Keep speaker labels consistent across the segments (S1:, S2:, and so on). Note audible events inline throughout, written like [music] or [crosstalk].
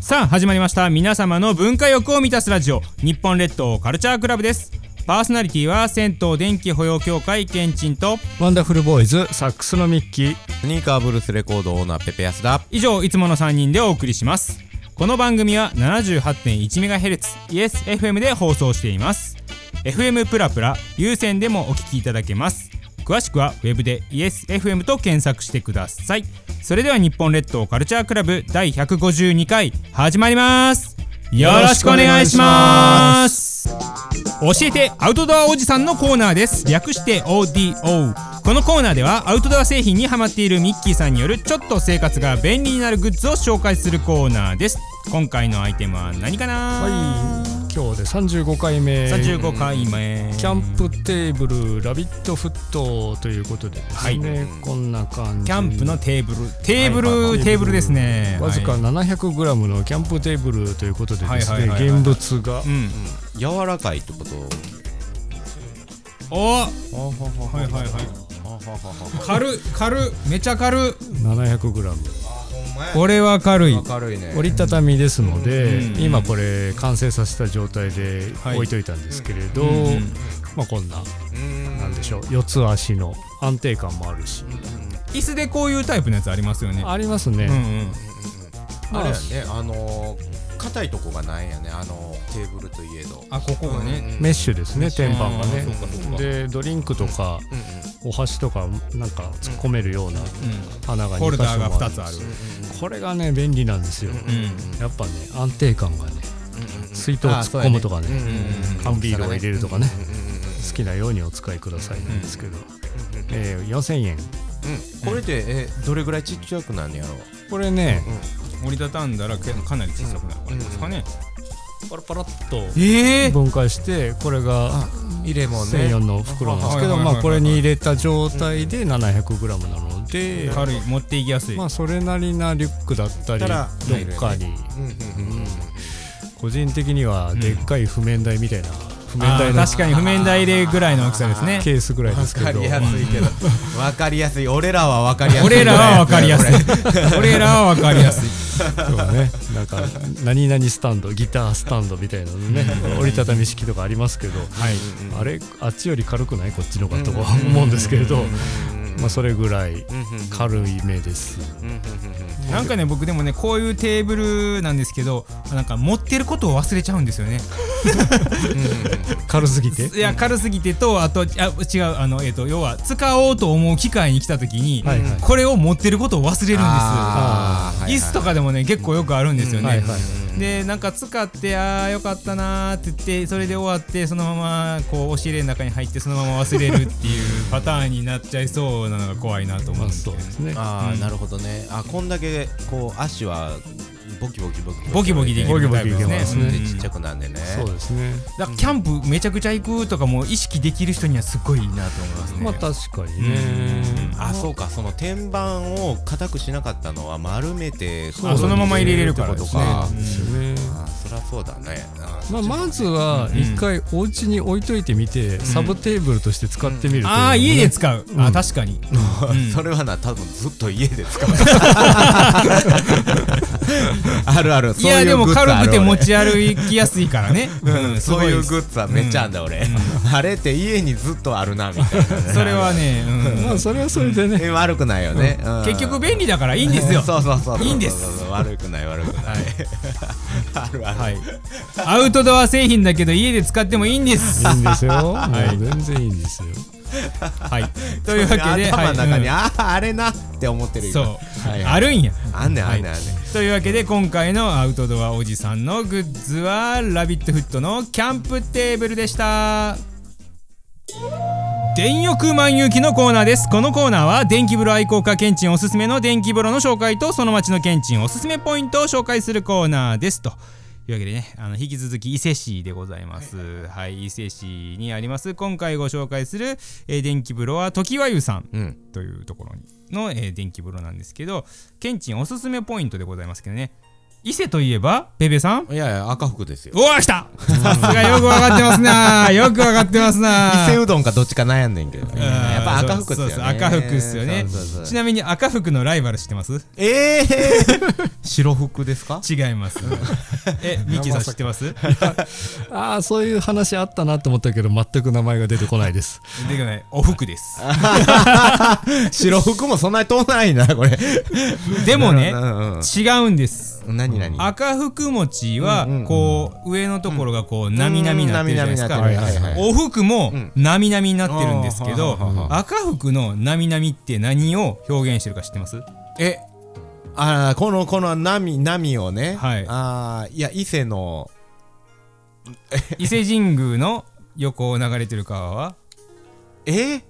S1: さあ始まりました皆様の文化欲を満たすラジオ日本列島カルチャークラブですパーソナリティは銭湯電気保養協会けんちんと
S2: ワンダフルボーイズサックスのミッキー
S3: スニーカーブルースレコードオーナーペペヤスだ
S1: 以上いつもの3人でお送りしますこの番組は 78.1MHz イエス FM で放送しています FM プラプラ有線でもお聞きいただけます詳しくはウェブでイエス FM と検索してくださいそれでは日本列島カルチャークラブ第152回始まりますよろしくお願いします教えてアウトドアおじさんのコーナーです略して ODO このコーナーではアウトドア製品にハマっているミッキーさんによるちょっと生活が便利になるグッズを紹介するコーナーです今回のアイテムは何かな
S2: はい今日で35回目
S1: 35回目
S2: キャンプテーブルラビットフットということでですね、こんな感じ
S1: キャンプのテーブルテーブル、
S3: はい
S1: テーブルですね
S2: わずか
S1: はい
S2: 700g のキャンプテーブルということでです
S1: はい
S2: ね
S1: はいはいはい
S2: 現物が
S1: うん
S3: 柔らかいってこと
S1: おはいはいはい軽っ軽っめちゃ軽っ
S2: 700g
S1: これは軽い
S3: 明るいね
S2: 折りたたみですので、
S1: うん
S2: 今これ完成させた状態で
S1: はい
S2: 置いといたんですけれど、
S1: うんうん
S2: まあ、こんな
S3: うん
S2: なんでしょう四つ足の安定感もあるし、
S1: 椅子でこういうタイプのやつありますよね
S2: ありますね、
S1: うんうん
S3: あれやねあのー硬いとこがないやねあのーテーブルといえど
S1: あここがね
S2: メッシュですね天板が
S1: あー
S2: ね
S1: そうかそうか
S2: でドリンクとか
S3: うん
S2: お箸とかなんか突っ込めるような
S1: う
S2: 穴が
S1: んホ
S2: 2
S1: ル
S2: 箇
S1: ダー
S2: 所
S1: が
S2: もあ
S1: 2
S2: る
S1: つある
S2: これがね便利なんですよ、
S1: う
S2: やっぱね安定感がね
S3: うん
S2: 水筒を突っ込むとか
S1: ん
S2: ね缶ビールを入れるとかね好きなようにお使いくださいなんですけど、えー4000円
S3: これでえどれぐらいちっちゃくなんねやろ
S2: これね、
S1: 折りたたんだらけかなり小さくなる感じですかね
S2: パラパラっと
S1: ええ
S2: 分解してこれが
S3: 入れもね
S2: 1004の袋なんですけ
S1: は
S2: ど
S1: いはいはいはい
S2: まあこれに入れた状態で 700g なので
S1: 軽い持っていきやすい
S2: まあそれなりなリュックだったり
S3: た
S2: ロ
S3: ら
S2: ッカーに
S3: うんうんうん
S2: 個人的にはでっかい譜面台みたいな譜面
S1: あ
S2: 台
S1: ー
S2: の
S1: 確かに譜面台でぐらいの大きさですね
S2: ケースぐらいで
S3: わ
S2: すけ
S3: か
S2: ど
S3: りやすいけどわかりやすい俺らはわかりや
S1: [laughs]
S3: すい
S1: 俺らは分かりやすい
S2: [laughs]
S1: 俺らは分かりやすい
S2: そうねなんか何々スタンドギタースタンドみたいなのね折りたたみ式とかありますけど
S1: はい
S2: あれあっちより軽くないこっちのかとか思うんですけれどまあそれぐらい軽い目です
S1: なんかね僕でもねこういうテーブルなんですけどなんか持ってることを忘れちゃうんですよね
S2: [laughs] 軽すぎて
S1: いや軽すぎてとあとあ違うあのえっ、と要は使おうと思う機会に来た時に、
S2: はいはい
S1: これを持ってることを忘れるんです
S3: あーはいは
S1: 椅
S3: い
S1: 子とかでもね結構よくあるんですよね、
S2: はいはい
S1: でなんか使ってああよかったなーって言ってそれで終わってそのままこう押し入れの中に入ってそのまま忘れるっていうパターンになっちゃいそうなのが怖いなと思う
S2: まあ
S1: んですけ
S2: そう
S1: ど、
S2: ですね
S3: ああ、なるほどねあこんだけこう足はボキボキボキ
S1: ボキボキでき
S2: ボキ
S1: る
S2: ボ
S1: タイ
S2: キ
S1: プ
S2: い
S1: で
S2: け
S1: す
S2: ま
S1: ね
S2: す
S3: うんで
S2: ね
S3: ちっちゃくなんでね
S2: そうですね
S1: だからキャンプめちゃくちゃ行くとかも意識できる人にはすごいいいなと思いますね、
S2: まあ確かにね
S3: あそうかその天板を硬くしなかったのは丸めて
S1: あそのまま入れれるからですね
S3: あ
S2: ですよね
S3: そりゃそうだねあ
S2: まあ、まずは一回お家に置いといてみて、サブテーブルとして使ってみるというのもね、
S1: ああ家で使う、あ確かに、
S3: それはな多分ずっと家で
S1: [laughs]
S3: 使うあるある
S1: いやでも軽くて持
S3: ち
S1: ち歩きやすいからね、うんす
S3: そ
S1: ご
S3: うい
S1: で
S3: う
S1: す
S3: グッズはめっちゃあんだ俺あれって家にずっとあるなみたいなね
S1: それはね、うん
S2: まあそれはそれでね、
S3: え悪くないよねうん
S1: 結局便利だからいいんですよ
S3: そうそうそう
S1: [laughs]
S3: そう
S1: いいんです
S3: そうそうそう悪くない悪くない [laughs] あるある
S1: はい、アウトドア製品だけど家で使ってもいいんです。
S2: いいんで
S1: [laughs]
S2: すよ、もう全然いいんですよ
S1: はい、 [laughs] というわけで、
S3: 頭の中に、
S1: は
S3: あああれなって思ってる
S1: いうん
S3: 今
S1: そう、
S3: はい
S1: あるんや。
S3: あんねんあんねんあんねん
S1: というわけで今回のアウトドアおじさんのグッズはラビットフットのキャンプテーブルでした電浴満遊記のコーナーですこのコーナーは電気風呂愛好家ケンチンおすすめの電気風呂の紹介とその町のケンチンおすすめポイントを紹介するコーナーですというわけでねあの引き続き伊勢市でございますはい伊勢市にあります今回ご紹介する、えー電気風呂は常和湯さん
S3: うん
S1: というところにの、えー電気風呂なんですけどケンチンおすすめポイントでございますけどね伊勢といえばペペさん
S3: いやいや赤服ですよ
S1: おわ来たさすがよくわかってますなよくわかってますな
S3: 伊勢うどんかどっちか悩んでんけど
S1: ん
S3: やっぱ赤服っす
S1: そ
S3: よ
S1: うそう
S3: ね
S1: 赤服っすよね
S3: そうそう
S1: ち
S3: そう
S1: なみに赤服のライバル知ってます
S3: ええ
S1: [laughs]
S3: 白服ですか
S1: 違いますえミッキーさん知ってます
S2: ああそういう話あったなと思ったけど全く名前が出てこないです
S1: 出てこないお服です
S3: 白服もそんなに遠ないなこれ
S1: でもね
S3: うんうん
S1: 違うんです
S3: 何何
S1: 赤福餅は
S3: うんうんうん
S1: こう上のところがこうなみなみになってるじゃないですか
S3: うんなみなみになってるはいはいは
S1: お服も
S3: ん
S1: なみなみになってるんですけど
S3: あーはははは
S1: 赤福のなみなみって何を表現してるか知ってます
S3: えあーこのこの波波をね
S1: はい
S3: あーいや伊勢の
S1: 伊勢神宮の横を流れてる川は知らない
S3: え
S1: で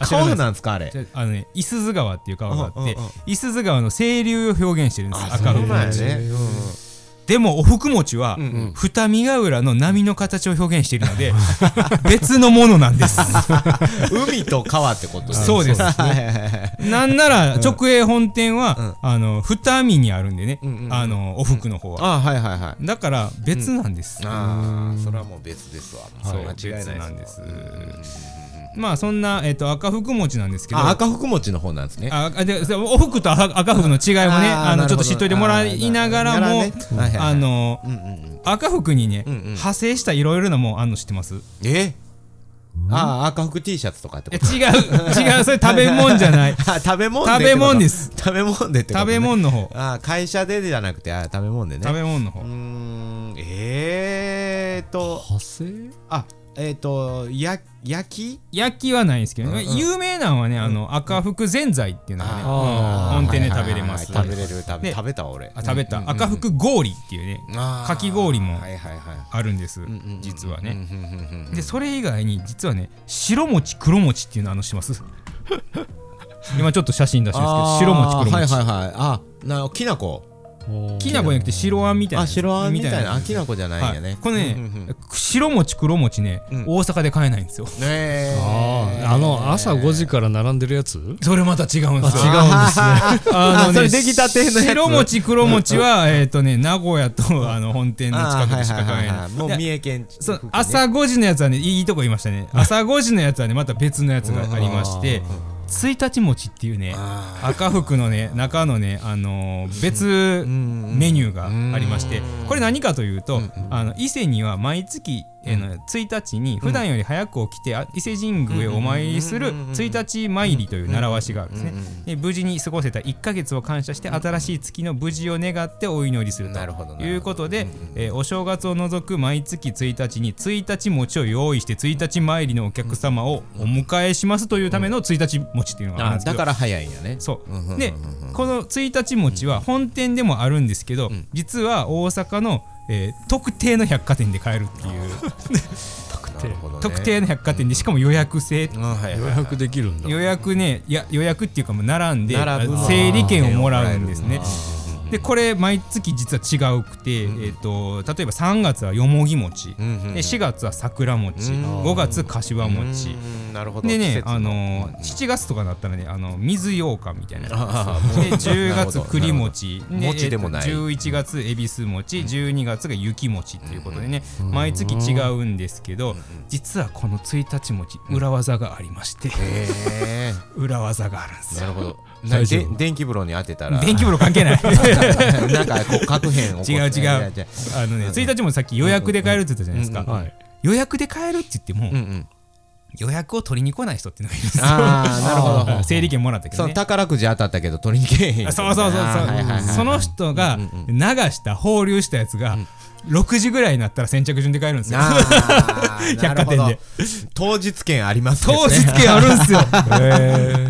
S3: 川
S1: す
S3: なんですかあれ
S1: じゃああのね伊豆津川っていう川があ
S3: う
S1: っ
S3: んうんう
S1: て
S3: ん
S1: 伊豆津川の清流を表現してるんです赤
S3: そ
S1: 福
S3: うなんや
S1: 餅
S3: ね
S1: でもお福餅は
S3: うんうん
S1: 二見ヶ浦の波の形を表現しているので [laughs] 別のものなんです
S3: 海と川ってことね
S1: そうです
S3: はいはいはいはい
S1: なんなら直営本店は、あの二見にあるんでね、
S3: うんうんうん
S1: あのお服の方は、
S3: あーはいはいはい
S1: だから別なんです、
S3: ああそれはもう別ですわ
S1: そう
S3: 間違い
S1: 別
S3: な
S1: ないんですす、まあそんな、えっと赤福餅なんですけど
S3: あ赤福餅の方なんですね
S1: ああでそうお服と赤赤服の違いもね
S3: あー
S1: あ
S3: なるほ
S1: の
S3: ど
S1: ちょっと知っといてもらいながらも
S3: あーなるほどねはいはいはい
S1: あの
S3: うんうんうん
S1: 赤服にね、
S3: うんうん
S1: 派生したいろいろなもんあんの知ってます
S3: えあー赤福 T シャツとかって
S1: え
S3: こ
S1: 違
S3: と [laughs]
S1: う違うそれ食べ物じゃない
S3: あ [laughs] 食べ物
S1: 食べ物です
S3: 食べ物でってこと
S1: 食
S3: ね
S1: べ物の方
S3: あー会社でじゃなくてあー食べ物でね
S1: 食べ物の方
S3: うーんえーと
S2: 派生
S3: あえーとや焼き
S1: 焼きはないんですけど、
S3: うんうん
S1: 有名なのはねあの赤福ぜんざいっていうのがね、
S2: あ
S1: 本店で食べれます
S3: はいはいはいはい食べれる食べ
S1: で
S3: 食べた俺
S1: あ食べた赤福氷っていうねか
S3: か
S1: き氷も
S3: はいはいはい
S1: あるんです
S3: うんうんうん
S1: 実は
S3: うん
S1: ね
S3: うんうんうん
S1: でそれ以外に実はね白餅黒餅っていうのあの知ってます [laughs] 今ちょっと写真出しますけど白餅黒
S3: あーはい
S1: 餅
S3: はいはいあなきなこ
S1: きな粉じゃなくて白あんみたいな
S3: あ白あんみたいなあ
S1: み
S3: きなこじゃな
S1: た
S3: いん
S1: い
S3: や
S1: な
S3: ね
S1: はいこれ
S3: うんうんうん
S1: ね白餅黒餅ね
S3: うん
S1: 大阪で買えないんですよ
S3: ねえ
S2: あああの朝5時から並んでるやつ
S1: それまた違うんですよ
S3: あ違うんですね
S1: [laughs] あのね
S3: あそれ出来たてのやつ
S1: 白餅黒餅はえっとね名古屋とあの本店の近くでしか買えない
S3: もう
S1: で
S3: 三重県付
S1: そ
S3: 近
S1: う
S3: ね
S1: 朝5時のやつはねいいとこ言いましたね朝5時のやつはねまた別のやつがありまして1日餅っていうね
S3: あ
S1: 赤福のね中のねあのー別
S3: ん
S1: メニューがありましてこれ何かというとあの伊勢には毎月えーの1日に普段より早く起きてあ伊勢神宮へお参りする1日参りという習わしがあるんですねで無事に過ごせた1ヶ月を感謝して新しい月の無事を願ってお祈りすると
S3: なるほどなるほど
S1: いうことでえーお正月を除く毎月1日に1日餅を用意して1日参りのお客様をお迎えしますというための1日餅っていうのがあるん
S3: あ
S1: ですけ
S3: だ
S1: ど
S3: から早いんやね
S1: そ
S3: うんうんうんう
S1: うんでこの1日餅は本店でもあるんですけど、実は大阪の、えー特定の百貨店で買えるっていう
S3: 特定
S1: 特定の百貨店でしかも予約制、
S3: うんはいはい
S2: 予約できるんだ
S1: 予約ねいや予約っていうかもう並んで
S3: 並ぶ
S1: あ整理券をもらうんですねでこれ毎月実は違うくて、えー、と例えば3月はよもぎ餅、
S3: うんうんうん
S1: で4月は桜餅、5月柏餅、
S3: うんなるほど
S1: で
S3: 季
S1: ね、
S3: 節
S1: あのー、7月とかなったらね、あの水羊羹みたいな。で
S3: あーもう
S1: 10
S3: [laughs] なるほ
S1: 月
S3: ど
S1: 栗餅
S3: るほど餅でもない
S1: えっと11月恵比寿餅12月が雪餅っていうことでね毎月違うんですけど実はこの1日餅裏技がありまして
S3: へ
S1: 裏技があるんで
S3: ー
S1: す
S3: な
S1: よ
S3: るほ
S1: [laughs]
S3: どな
S2: 大丈夫
S3: で電気風呂に当てたら
S1: 電気風呂関係ない
S3: [laughs] なんかこう核変を起こす
S1: 違う違う
S3: いやいや
S1: [laughs]
S3: いや
S1: あのね1日もさっき予約で買えるって言ったじゃないです
S3: うん
S1: か
S2: はい
S1: 予約で買えるって言っても
S3: うんうん
S1: 予約を取りに来ない人っていうのがいるんですよ
S3: ああなるほど
S1: あー [laughs] 整理券もらったけど
S3: そ
S1: ね
S3: の宝くじ当たったけど取りに行けへん
S1: あ [laughs] そうそうそうそう、
S3: あーはいはいはいはい
S1: その人が流した放流したやつが、6時ぐらいになったら先着順で買えるんですよ
S3: あー
S1: 百貨店で
S3: なるほど当日券あります
S1: 当
S3: です
S1: 日
S3: ね
S1: 券あるんですよ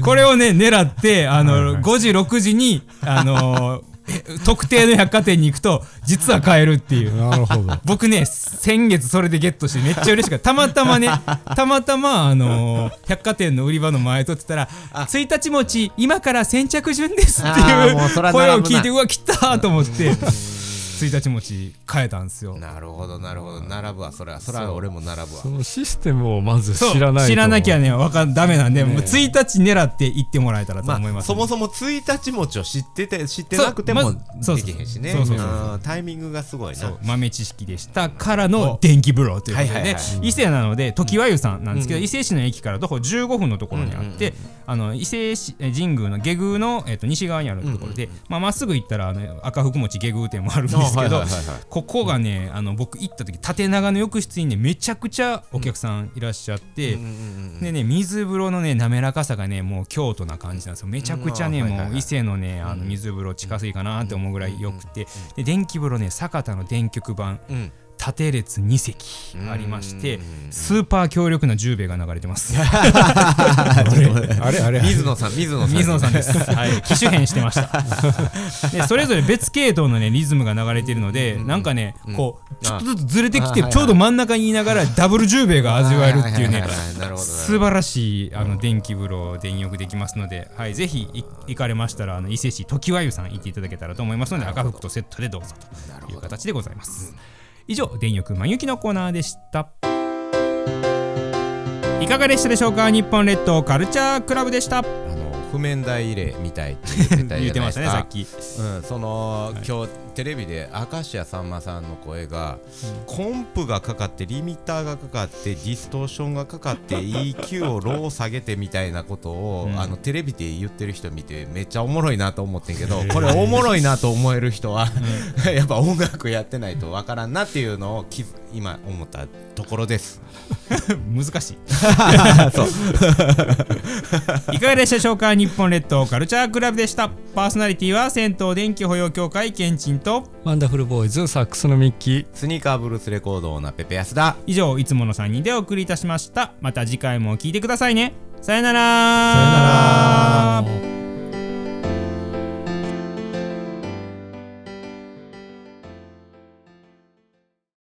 S1: これをね狙ってあの5時6時にあ
S3: [laughs]
S1: のえ特定の百貨店に行くと実は買えるっていう
S2: なるほ
S1: [laughs]
S2: ど
S1: 僕ね先月それでゲットしてめっちゃ嬉しかったたまたまねたまたまあの百貨店の売り場の前通ってたら「1日餅今から先着順です」って
S3: あ
S1: い
S3: ーもうそら
S1: う
S3: 並ぶ
S1: 声
S3: な
S1: を聞いてうわ来たーと思って1日持ち変えたんですよ
S3: なるほどなるほど並ぶわそれはそれは俺も並ぶわ
S2: そのシステムをまず
S1: そう
S2: 知らないと
S1: 知らなきゃねわかんダメなんで、もう1日狙って行ってもらえたらと
S3: ま
S1: 思いま
S3: あ、
S1: す、
S3: そもそも1日持ちを知ってて知ってなくても
S1: そうまずそう
S3: できへんしね
S1: そうそうそう
S3: うんタイミングがすごいな
S1: そう豆知識でしたからの電気風呂ということで、
S3: はいはいはい
S1: 伊勢なので常盤湯さんなんですけど、
S3: うん
S1: 伊勢市の駅から徒歩15分のところにあって、あの伊勢市え神宮の下宮の、えっと西側にあるところで、まあ、まっすぐ行ったらあの赤福餅下宮店もあるんですけど、
S3: あはいはいはいはい
S1: ここがねあの僕行った時縦長の浴室にねめちゃくちゃお客さんいらっしゃって。
S3: うんうん
S1: でね水風呂のね滑らかさがねもう京都な感じなんですよめちゃくちゃね、
S3: うんあーはいはいはい
S1: もう伊勢のねあの水風呂近すぎかなって思うぐらいよくて、で電気風呂ね酒田の電極版
S3: うんうん
S1: 縦列2席ありまして、
S3: うん
S1: スーパー強力な十兵衛が流れてます
S2: あれあれ
S3: 水野さん水野さん
S1: 水野さんです、
S3: [laughs]
S1: はい、機種変してましたでそれぞれ別系統のねリズムが流れてるので、なんかねこうちょっとずつずれてきて、
S3: あはい
S1: ちょうど真ん中にいながらダブル十兵衛が味わえるっていうね
S3: ははははいなるほどな
S1: 素晴らしいあの電気風呂電浴できますので、はい、ぜひい行かれましたらあの伊勢市常盤湯さん行っていただけたらと思いますので赤服とセットでどうぞという形でございます、以上電浴まゆきのコーナーでしたいかがでしたでしょうか日本列島カルチャークラブでした
S3: あの譜面台入れみたいって言ってた
S1: 言
S3: じゃ
S1: っ
S3: な
S1: て
S3: い
S1: ま
S3: で
S1: した
S3: す
S1: ねさ
S3: か
S1: っ。き [laughs]
S3: うん、その、今日テレビで明石家さんまさんの声が、コンプがかかってリミッターがかかってディストーションがかかって EQ をロー下げてみたいなことを、
S1: うん
S3: あのテレビで言ってる人見てめっちゃおもろいなと思ってんけどこれおもろいなと思える人は、やっぱ音楽やってないとわからんなっていうのを気づ今思ったところです。
S1: 難しい
S3: [laughs]
S1: いかがでしたでしょうか日本列島カルチャークラブでしたパーソナリティは銭湯電気保養協会けんちんと
S2: ワンダフルボーイズサックスのミッキー
S3: スニーカーブルースレコードオーナーペペヤスだ。
S1: 以上いつもの3人でお送りいたしましたまた次回も聞いてくださいねさよなら
S2: さよなら